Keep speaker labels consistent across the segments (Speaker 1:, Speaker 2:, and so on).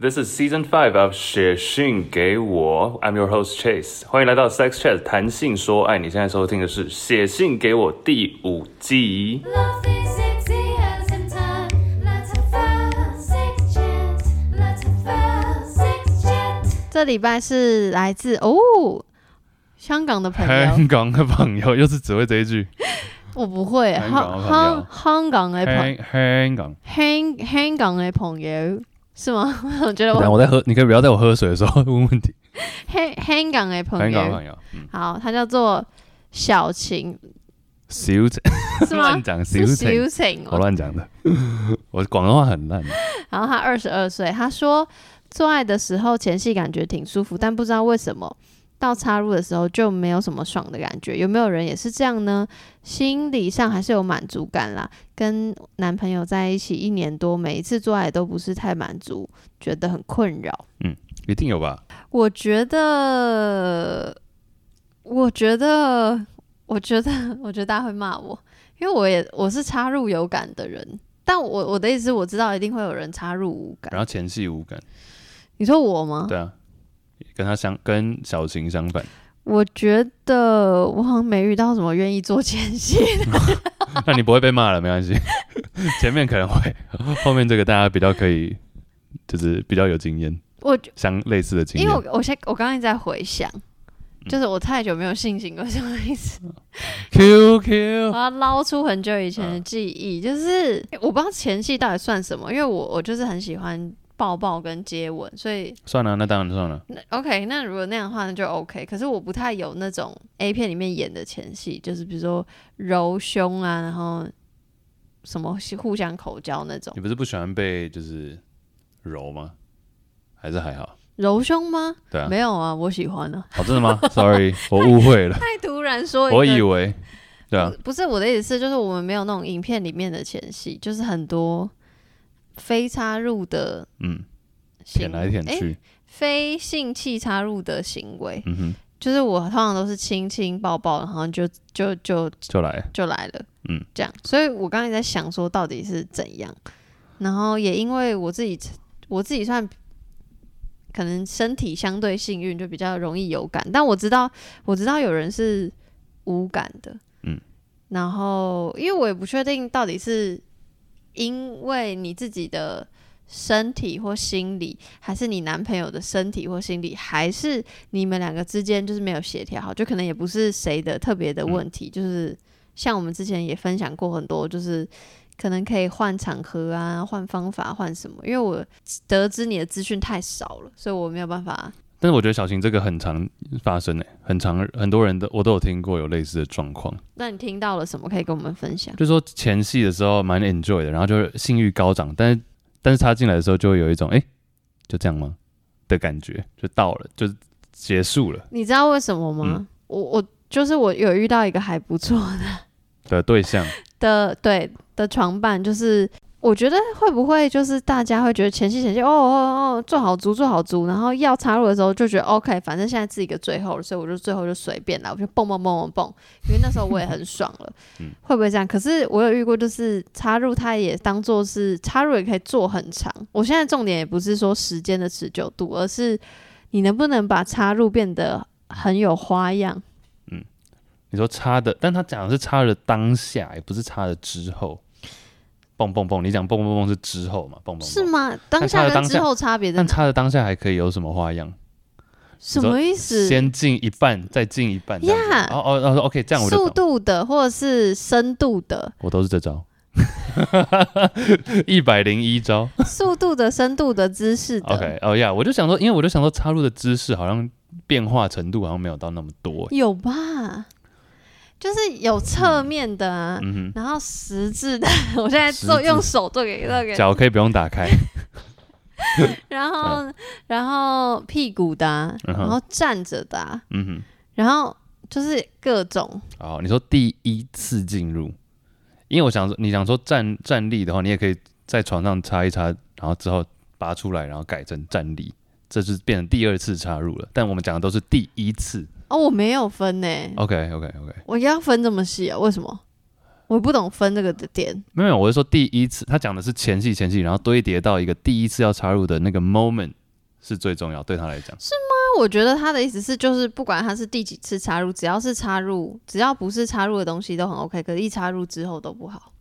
Speaker 1: This is season five of 写信给我，I'm your host Chase，欢迎来到 Sex Chat 谈性说爱。你现在收听的是写信给我第五季。
Speaker 2: Love is sexy as in time. Let's have fun, sex chat. Let's have fun, sex chat.
Speaker 3: 这礼拜是来自哦香港的朋友，
Speaker 4: 香港的朋友又是只会这一句。
Speaker 3: 我不会
Speaker 4: 香
Speaker 3: 香
Speaker 4: 港的朋
Speaker 3: 香
Speaker 4: 友
Speaker 3: 香港的
Speaker 4: 香香港，
Speaker 3: 朋香香港的朋友是吗？ 我觉得
Speaker 4: 等一下
Speaker 3: 我
Speaker 4: 我在喝，你可以不要在我喝水的时候问问题。
Speaker 3: 香香港的朋
Speaker 4: 香港的
Speaker 3: 友
Speaker 4: 朋友，嗯，
Speaker 3: 好，他叫做小晴
Speaker 4: 小
Speaker 3: 啊
Speaker 4: 姐
Speaker 3: 是吗
Speaker 4: 乱？讲， 小
Speaker 3: 是
Speaker 4: 姐
Speaker 3: 小，晴哦
Speaker 4: 我乱讲的，我广东话很烂。
Speaker 3: 然后他二十二岁，他说做爱的时候前戏感觉挺舒服，但不知道为什么到插入的时候就没有什么爽的感觉。有没有人也是这样呢？心理上还是有满足感啦。跟男朋友在一起一年多，每一次做爱都不是太满足，觉得很困扰。
Speaker 4: 一定有吧？
Speaker 3: 我觉得，我觉得， 我觉得，我觉得大家会骂我，因为我也我是插入有感的人。但我我的意思是，我知道一定会有人插入无感
Speaker 4: 然。后前戏无感，
Speaker 3: 你说我吗？
Speaker 4: 对啊，跟他相跟小晴相反。
Speaker 3: 我觉得我好像没遇到什么愿意做前 戏。
Speaker 4: 那你不会被骂了，没 关系。前面可能会，后面这个大家比较可以，就是比较有经验，
Speaker 3: 我
Speaker 4: 相类似的经
Speaker 3: 因为
Speaker 4: 验。
Speaker 3: 我我现在我刚刚一直在回想，
Speaker 4: 嗯
Speaker 3: 就是我太久没有性行为，什么 意思？
Speaker 4: Q Q，
Speaker 3: 我要捞出很久以前的记忆，就是哎我不知道前戏到底算什么，因为我我就是很喜欢抱抱跟接吻，所以
Speaker 4: 算了，那当然算了。
Speaker 3: 那 OK，那如果那样的话，那就 OK。可是我不太有那种 A 片里面演的前戏，就是比如说揉胸啊，然后什么互相口交那种
Speaker 4: 你。不是不喜欢被就是揉吗？还是还好？
Speaker 3: 揉胸吗？
Speaker 4: 对啊，
Speaker 3: 没有啊，我喜欢啊。
Speaker 4: 哦，真的吗 ？Sorry，我误会 了，
Speaker 3: 太突然说一个，
Speaker 4: 我以为，对啊，
Speaker 3: 不是我的意思是，就是我们没有那种影片里面的前戏，就是很多非插入的
Speaker 4: 嗯，舔
Speaker 3: 行
Speaker 4: 来舔
Speaker 3: 诶
Speaker 4: 去，
Speaker 3: 非性器插入的行为，
Speaker 4: 嗯哼，
Speaker 3: 就是我通常都是亲亲抱抱，然后就就就
Speaker 4: 就来，
Speaker 3: 就来了，
Speaker 4: 嗯，
Speaker 3: 这样。所以我刚才在想说到底是怎样，然后也因为我自己我自己算可能身体相对幸运，就比较容易有感，但我知道我知道有人是无感的，
Speaker 4: 嗯，
Speaker 3: 然后因为我也不确定到底是因为你自己的。身体或心理，还是你男朋友的身体或心理，还是你们两个之间就是没有协调好，就可能也不是谁的特别的
Speaker 4: 嗯
Speaker 3: 问题，就是像我们之前也分享过很多，就是可能可以换场合啊、换方法、换什么。因为我得知你的资讯太少了，所以我没有办法。
Speaker 4: 但是我觉得小晴这个很常发生诶、很常很多人都我都有听过有类似的状况，
Speaker 3: 那你听到了什么可以跟我们分享？
Speaker 4: 就是说前戏的时候蛮 enjoy 的，然后就是性欲高涨，但是但是他进来的时候就会有一种哎、诶就这样吗的感觉，就到了，就结束了
Speaker 3: 你知道为什么吗？
Speaker 4: 嗯
Speaker 3: 我我就是我有遇到一个还不错
Speaker 4: 的对象，
Speaker 3: 的对的床伴，就是我觉得会不会就是大家会觉得前戏前戏哦哦哦做好足做好足，然后要插入的时候就觉得 OK，反正现在是一个最后了，所以我就最后就随便来，我就蹦蹦蹦蹦蹦，因为那时候我也很爽了，
Speaker 4: 嗯
Speaker 3: 会不会这样？可是我有遇过，就是插入它也当做是插入也可以做很长。我现在重点也不是说时间的持久度，而是你能不能把插入变得很有花样。
Speaker 4: 哦你说插的，但他讲的是插的当下，也不是插的之后。蹦蹦蹦，你讲蹦蹦蹦是之后嘛？蹦蹦蹦
Speaker 3: 是吗？当
Speaker 4: 插
Speaker 3: 下
Speaker 4: 的
Speaker 3: 跟
Speaker 4: 当
Speaker 3: 之
Speaker 4: 下
Speaker 3: 后差别在
Speaker 4: 但
Speaker 3: 哪？
Speaker 4: 插的当下还可以有什么花样？
Speaker 3: 什么意思？
Speaker 4: 先进一半，再进一半这样子。
Speaker 3: Yeah
Speaker 4: 哦哦哦，OK，这样我就
Speaker 3: 速
Speaker 4: 懂。
Speaker 3: 度的或者是深度 的，
Speaker 4: 我都是这招，一百零一招。
Speaker 3: 速度的、深度的、姿势的
Speaker 4: OK，哦呀，我就想说，因为我就想说插入的姿势好像变化程度好像没有到那么多。
Speaker 3: 有吧？就是有侧面的啊，
Speaker 4: 嗯
Speaker 3: 然后实质的， 我现在做
Speaker 4: 实质嗯
Speaker 3: 用手做给做给
Speaker 4: 哼，，脚欸可以不用打开。
Speaker 3: 然后然后屁股的啊、
Speaker 4: 嗯哼
Speaker 3: 然后站着的啊、
Speaker 4: 嗯
Speaker 3: 然后就是各种
Speaker 4: 哼，好，你说第一次进入，因为我想说，你想说站站立的话，你也可以在床上插一插，然后之后拔出来，然后改成站立，这是变成第二次插入了。但我们讲的都是第一次。
Speaker 3: 哦，我没有分呢、
Speaker 4: OK OK OK。
Speaker 3: 我要分这么细啊？为什么？我不懂分这个的点。
Speaker 4: 没有没有，我是说第一次，他讲的是前戏前戏，然后堆叠到一个第一次要插入的那个 moment 是最重要，对他来讲。
Speaker 3: 那我觉得他的意思是，就是不管他是第几次插入，只要是插入，只要不是插入的东西都很 OK，可是一插入之后都不好。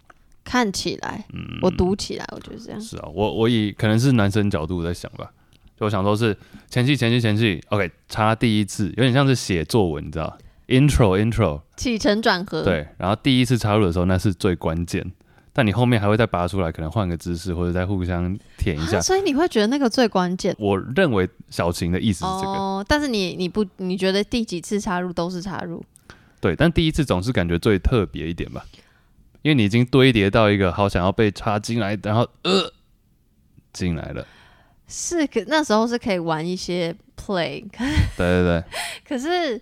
Speaker 3: 看起来，
Speaker 4: 嗯
Speaker 3: 我读起来，我觉得这样。
Speaker 4: 是啊，我我以可能是男生角度在想吧，就我想说是前戏前戏前戏，OK，插第一次有点像是写作文，你知道，intro intro，
Speaker 3: 起承转合，，
Speaker 4: 对，然后第一次插入的时候那是最关键，但你后面还会再拔出来，可能换个姿势或者再互相舔一下
Speaker 3: 啊、。所以你会觉得那个最关键。
Speaker 4: 我认为小晴的意思是这个，
Speaker 3: 哦，但是你你不你觉得第几次插入都是插入？
Speaker 4: 对，但第一次总是感觉最特别一点吧，因为你已经堆叠到一个好想要被插进来，然后呃进来了，
Speaker 3: 是可那时候是可以玩一些 play，可
Speaker 4: 对对对，
Speaker 3: 可是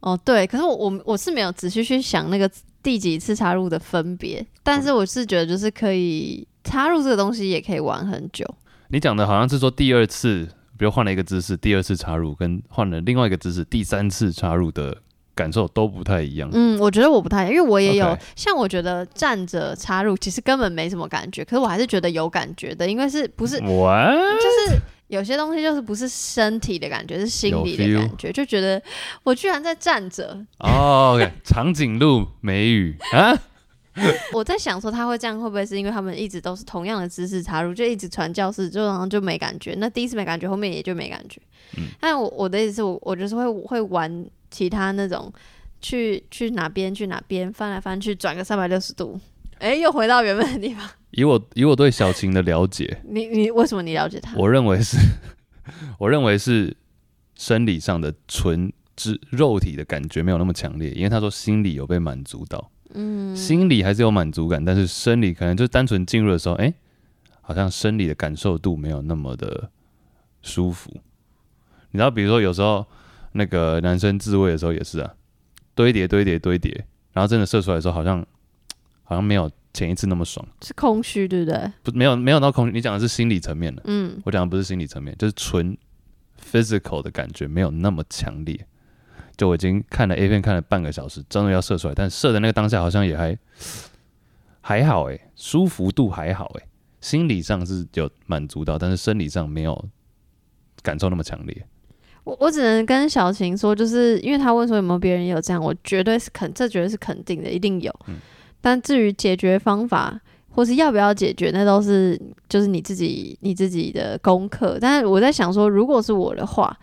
Speaker 3: 哦对，可是我我我是没有仔细去想那个第几次插入的分别，但
Speaker 4: 嗯
Speaker 3: 是我是觉得就是可以插入这个东西也可以玩很久。
Speaker 4: 你讲的好像是说第二次，比如换了一个姿势，第二次插入跟换了另外一个姿势，第三次插入的感受都不太一样。
Speaker 3: 嗯，我觉得我不太，因为我也有
Speaker 4: OK
Speaker 3: 像我觉得站着插入其实根本没什么感觉，可是我还是觉得有感觉的，因为是不是
Speaker 4: 哇，
Speaker 3: 就是有些东西就是不是身体的感觉，是心理的
Speaker 4: 有 feel
Speaker 3: 感觉，就觉得我居然在站着。
Speaker 4: 哦，OK，长颈鹿美语啊，
Speaker 3: 我在想说他会这样，会不会是因为他们一直都是同样的姿势插入，就一直传教士，就然后就没感觉。那第一次没感觉，后面也就没感觉。但我我的意思是我我就是会会玩其他那种去去哪边去哪边翻来翻去，转个三百六十度。哎、又回到原本的地方。
Speaker 4: 以我以我对小晴的了解，
Speaker 3: 你你为什么你了解他？
Speaker 4: 我认为是， 我认为是生理上的纯肢肉体的感觉没有那么强烈，因为他说心理有被满足到，嗯，心理还是有满足感，但是生理可能就单纯进入的时候，哎、好像生理的感受度没有那么的舒服。你知道，比如说有时候那个男生自慰的时候也是啊，堆叠堆叠堆叠，然后真的射出来的时候，好像好像没有前一次那么爽，
Speaker 3: 是空虚，对不对？
Speaker 4: 不没有没有到空，你讲的是心理层面的。
Speaker 3: 嗯，
Speaker 4: 我讲的不是心理层面，就是纯 physical 的感觉没有那么强烈。就我已经看了 A 片看了半个小时，真的要射出来，但射的那个当下好像也还还好诶、舒服度还好诶、心理上是有满足到，但是生理上没有感受那么强烈。
Speaker 3: 我我只能跟小晴说，就是因为他问说有没有别人也有这样，我绝对是肯，这绝对是肯定的，一定有。但至于解决方法或是要不要解决，那都是就是你自己你自己的功课。但是我在想说，如果是我的话，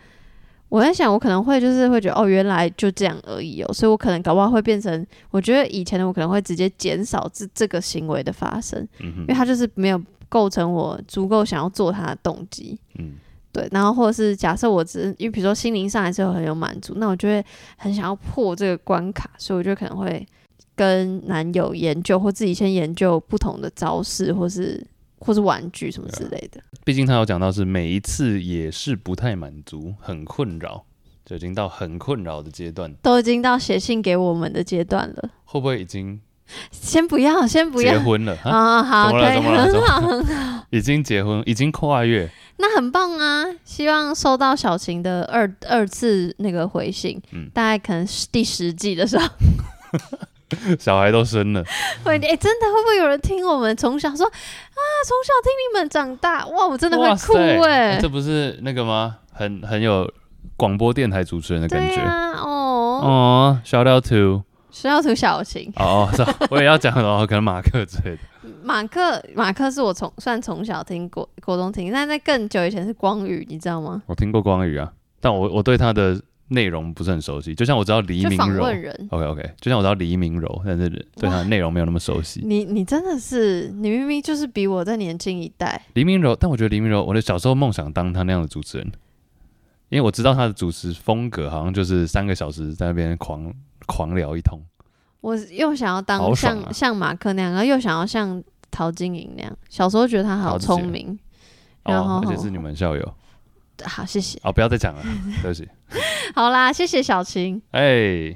Speaker 3: 我在想我可能会就是会觉得哦，原来就这样而已哦，所以我可能搞不好会变成，我觉得以前的我可能会直接减少这这个行为的发生，因为他就是没有构成我足够想要做他的动机。
Speaker 4: 嗯，
Speaker 3: 对，然后或者是假设我只因为比如说心灵上还是有很有满足，那我就会很想要破这个关卡，所以我就可能会跟男友研究或自己先研究不同的招式，或是或是玩具什么
Speaker 4: 啊
Speaker 3: 之类的。
Speaker 4: 毕竟他有讲到是每一次也是不太满足，很困扰，就已经到很困扰的阶段，
Speaker 3: 都已经到写信给我们的阶段了，
Speaker 4: 会不会已经
Speaker 3: 先不要，先不
Speaker 4: 结
Speaker 3: 要。
Speaker 4: 婚了？啊，
Speaker 3: 啊、好，
Speaker 4: 怎么
Speaker 3: 可
Speaker 4: 了
Speaker 3: 以，
Speaker 4: 怎么了怎
Speaker 3: 很
Speaker 4: 么
Speaker 3: 好，很好，
Speaker 4: 已经结婚，已经跨越，
Speaker 3: 那很棒啊！希望收到小晴的二二次那个回信，
Speaker 4: 嗯
Speaker 3: 大概可能是第十季的时候。
Speaker 4: 小孩都生了。
Speaker 3: 会，哎、真的会不会有人听我们从小说啊？从小听你们长大，哇，我真的会
Speaker 4: 哇
Speaker 3: 哭
Speaker 4: 塞
Speaker 3: 哎、
Speaker 4: 这不是那个吗？很很有广播电台主持人的感
Speaker 3: 对
Speaker 4: 觉。
Speaker 3: 啊，哦，
Speaker 4: 哦，shout out to
Speaker 3: 需要涂小晴，
Speaker 4: 哦哦， 是啊我也要讲哦，可能马克之类的。
Speaker 3: 马克，马克是我从算从小听国国中听，但在更久以前是光宇，你知道吗？
Speaker 4: 我听过光宇啊，但我我对他的内容不是很熟悉。就像我知道黎
Speaker 3: 就
Speaker 4: 明
Speaker 3: 访
Speaker 4: 柔
Speaker 3: 问人，
Speaker 4: ，OK OK，就像我知道黎明柔，但是对他的内容没有那么熟悉。
Speaker 3: 你你真的是，你明明就是比我再年轻一代，
Speaker 4: 黎明柔，但我觉得黎明柔，我的小时候梦想当他那样的主持人，因为我知道他的主持风格好像就是三个小时在那边狂狂聊一通。
Speaker 3: 我又想要当
Speaker 4: 好爽
Speaker 3: 像、
Speaker 4: 啊
Speaker 3: 像马克那样，然后又想要像陶晶莹那样。小时候觉得她
Speaker 4: 陶
Speaker 3: 好
Speaker 4: 子姐
Speaker 3: 聪明，然后
Speaker 4: 哦，而且是你们校友
Speaker 3: 好谢谢，
Speaker 4: 哦，不要再讲了，对不起。
Speaker 3: 好啦，谢谢小晴。
Speaker 4: 哎，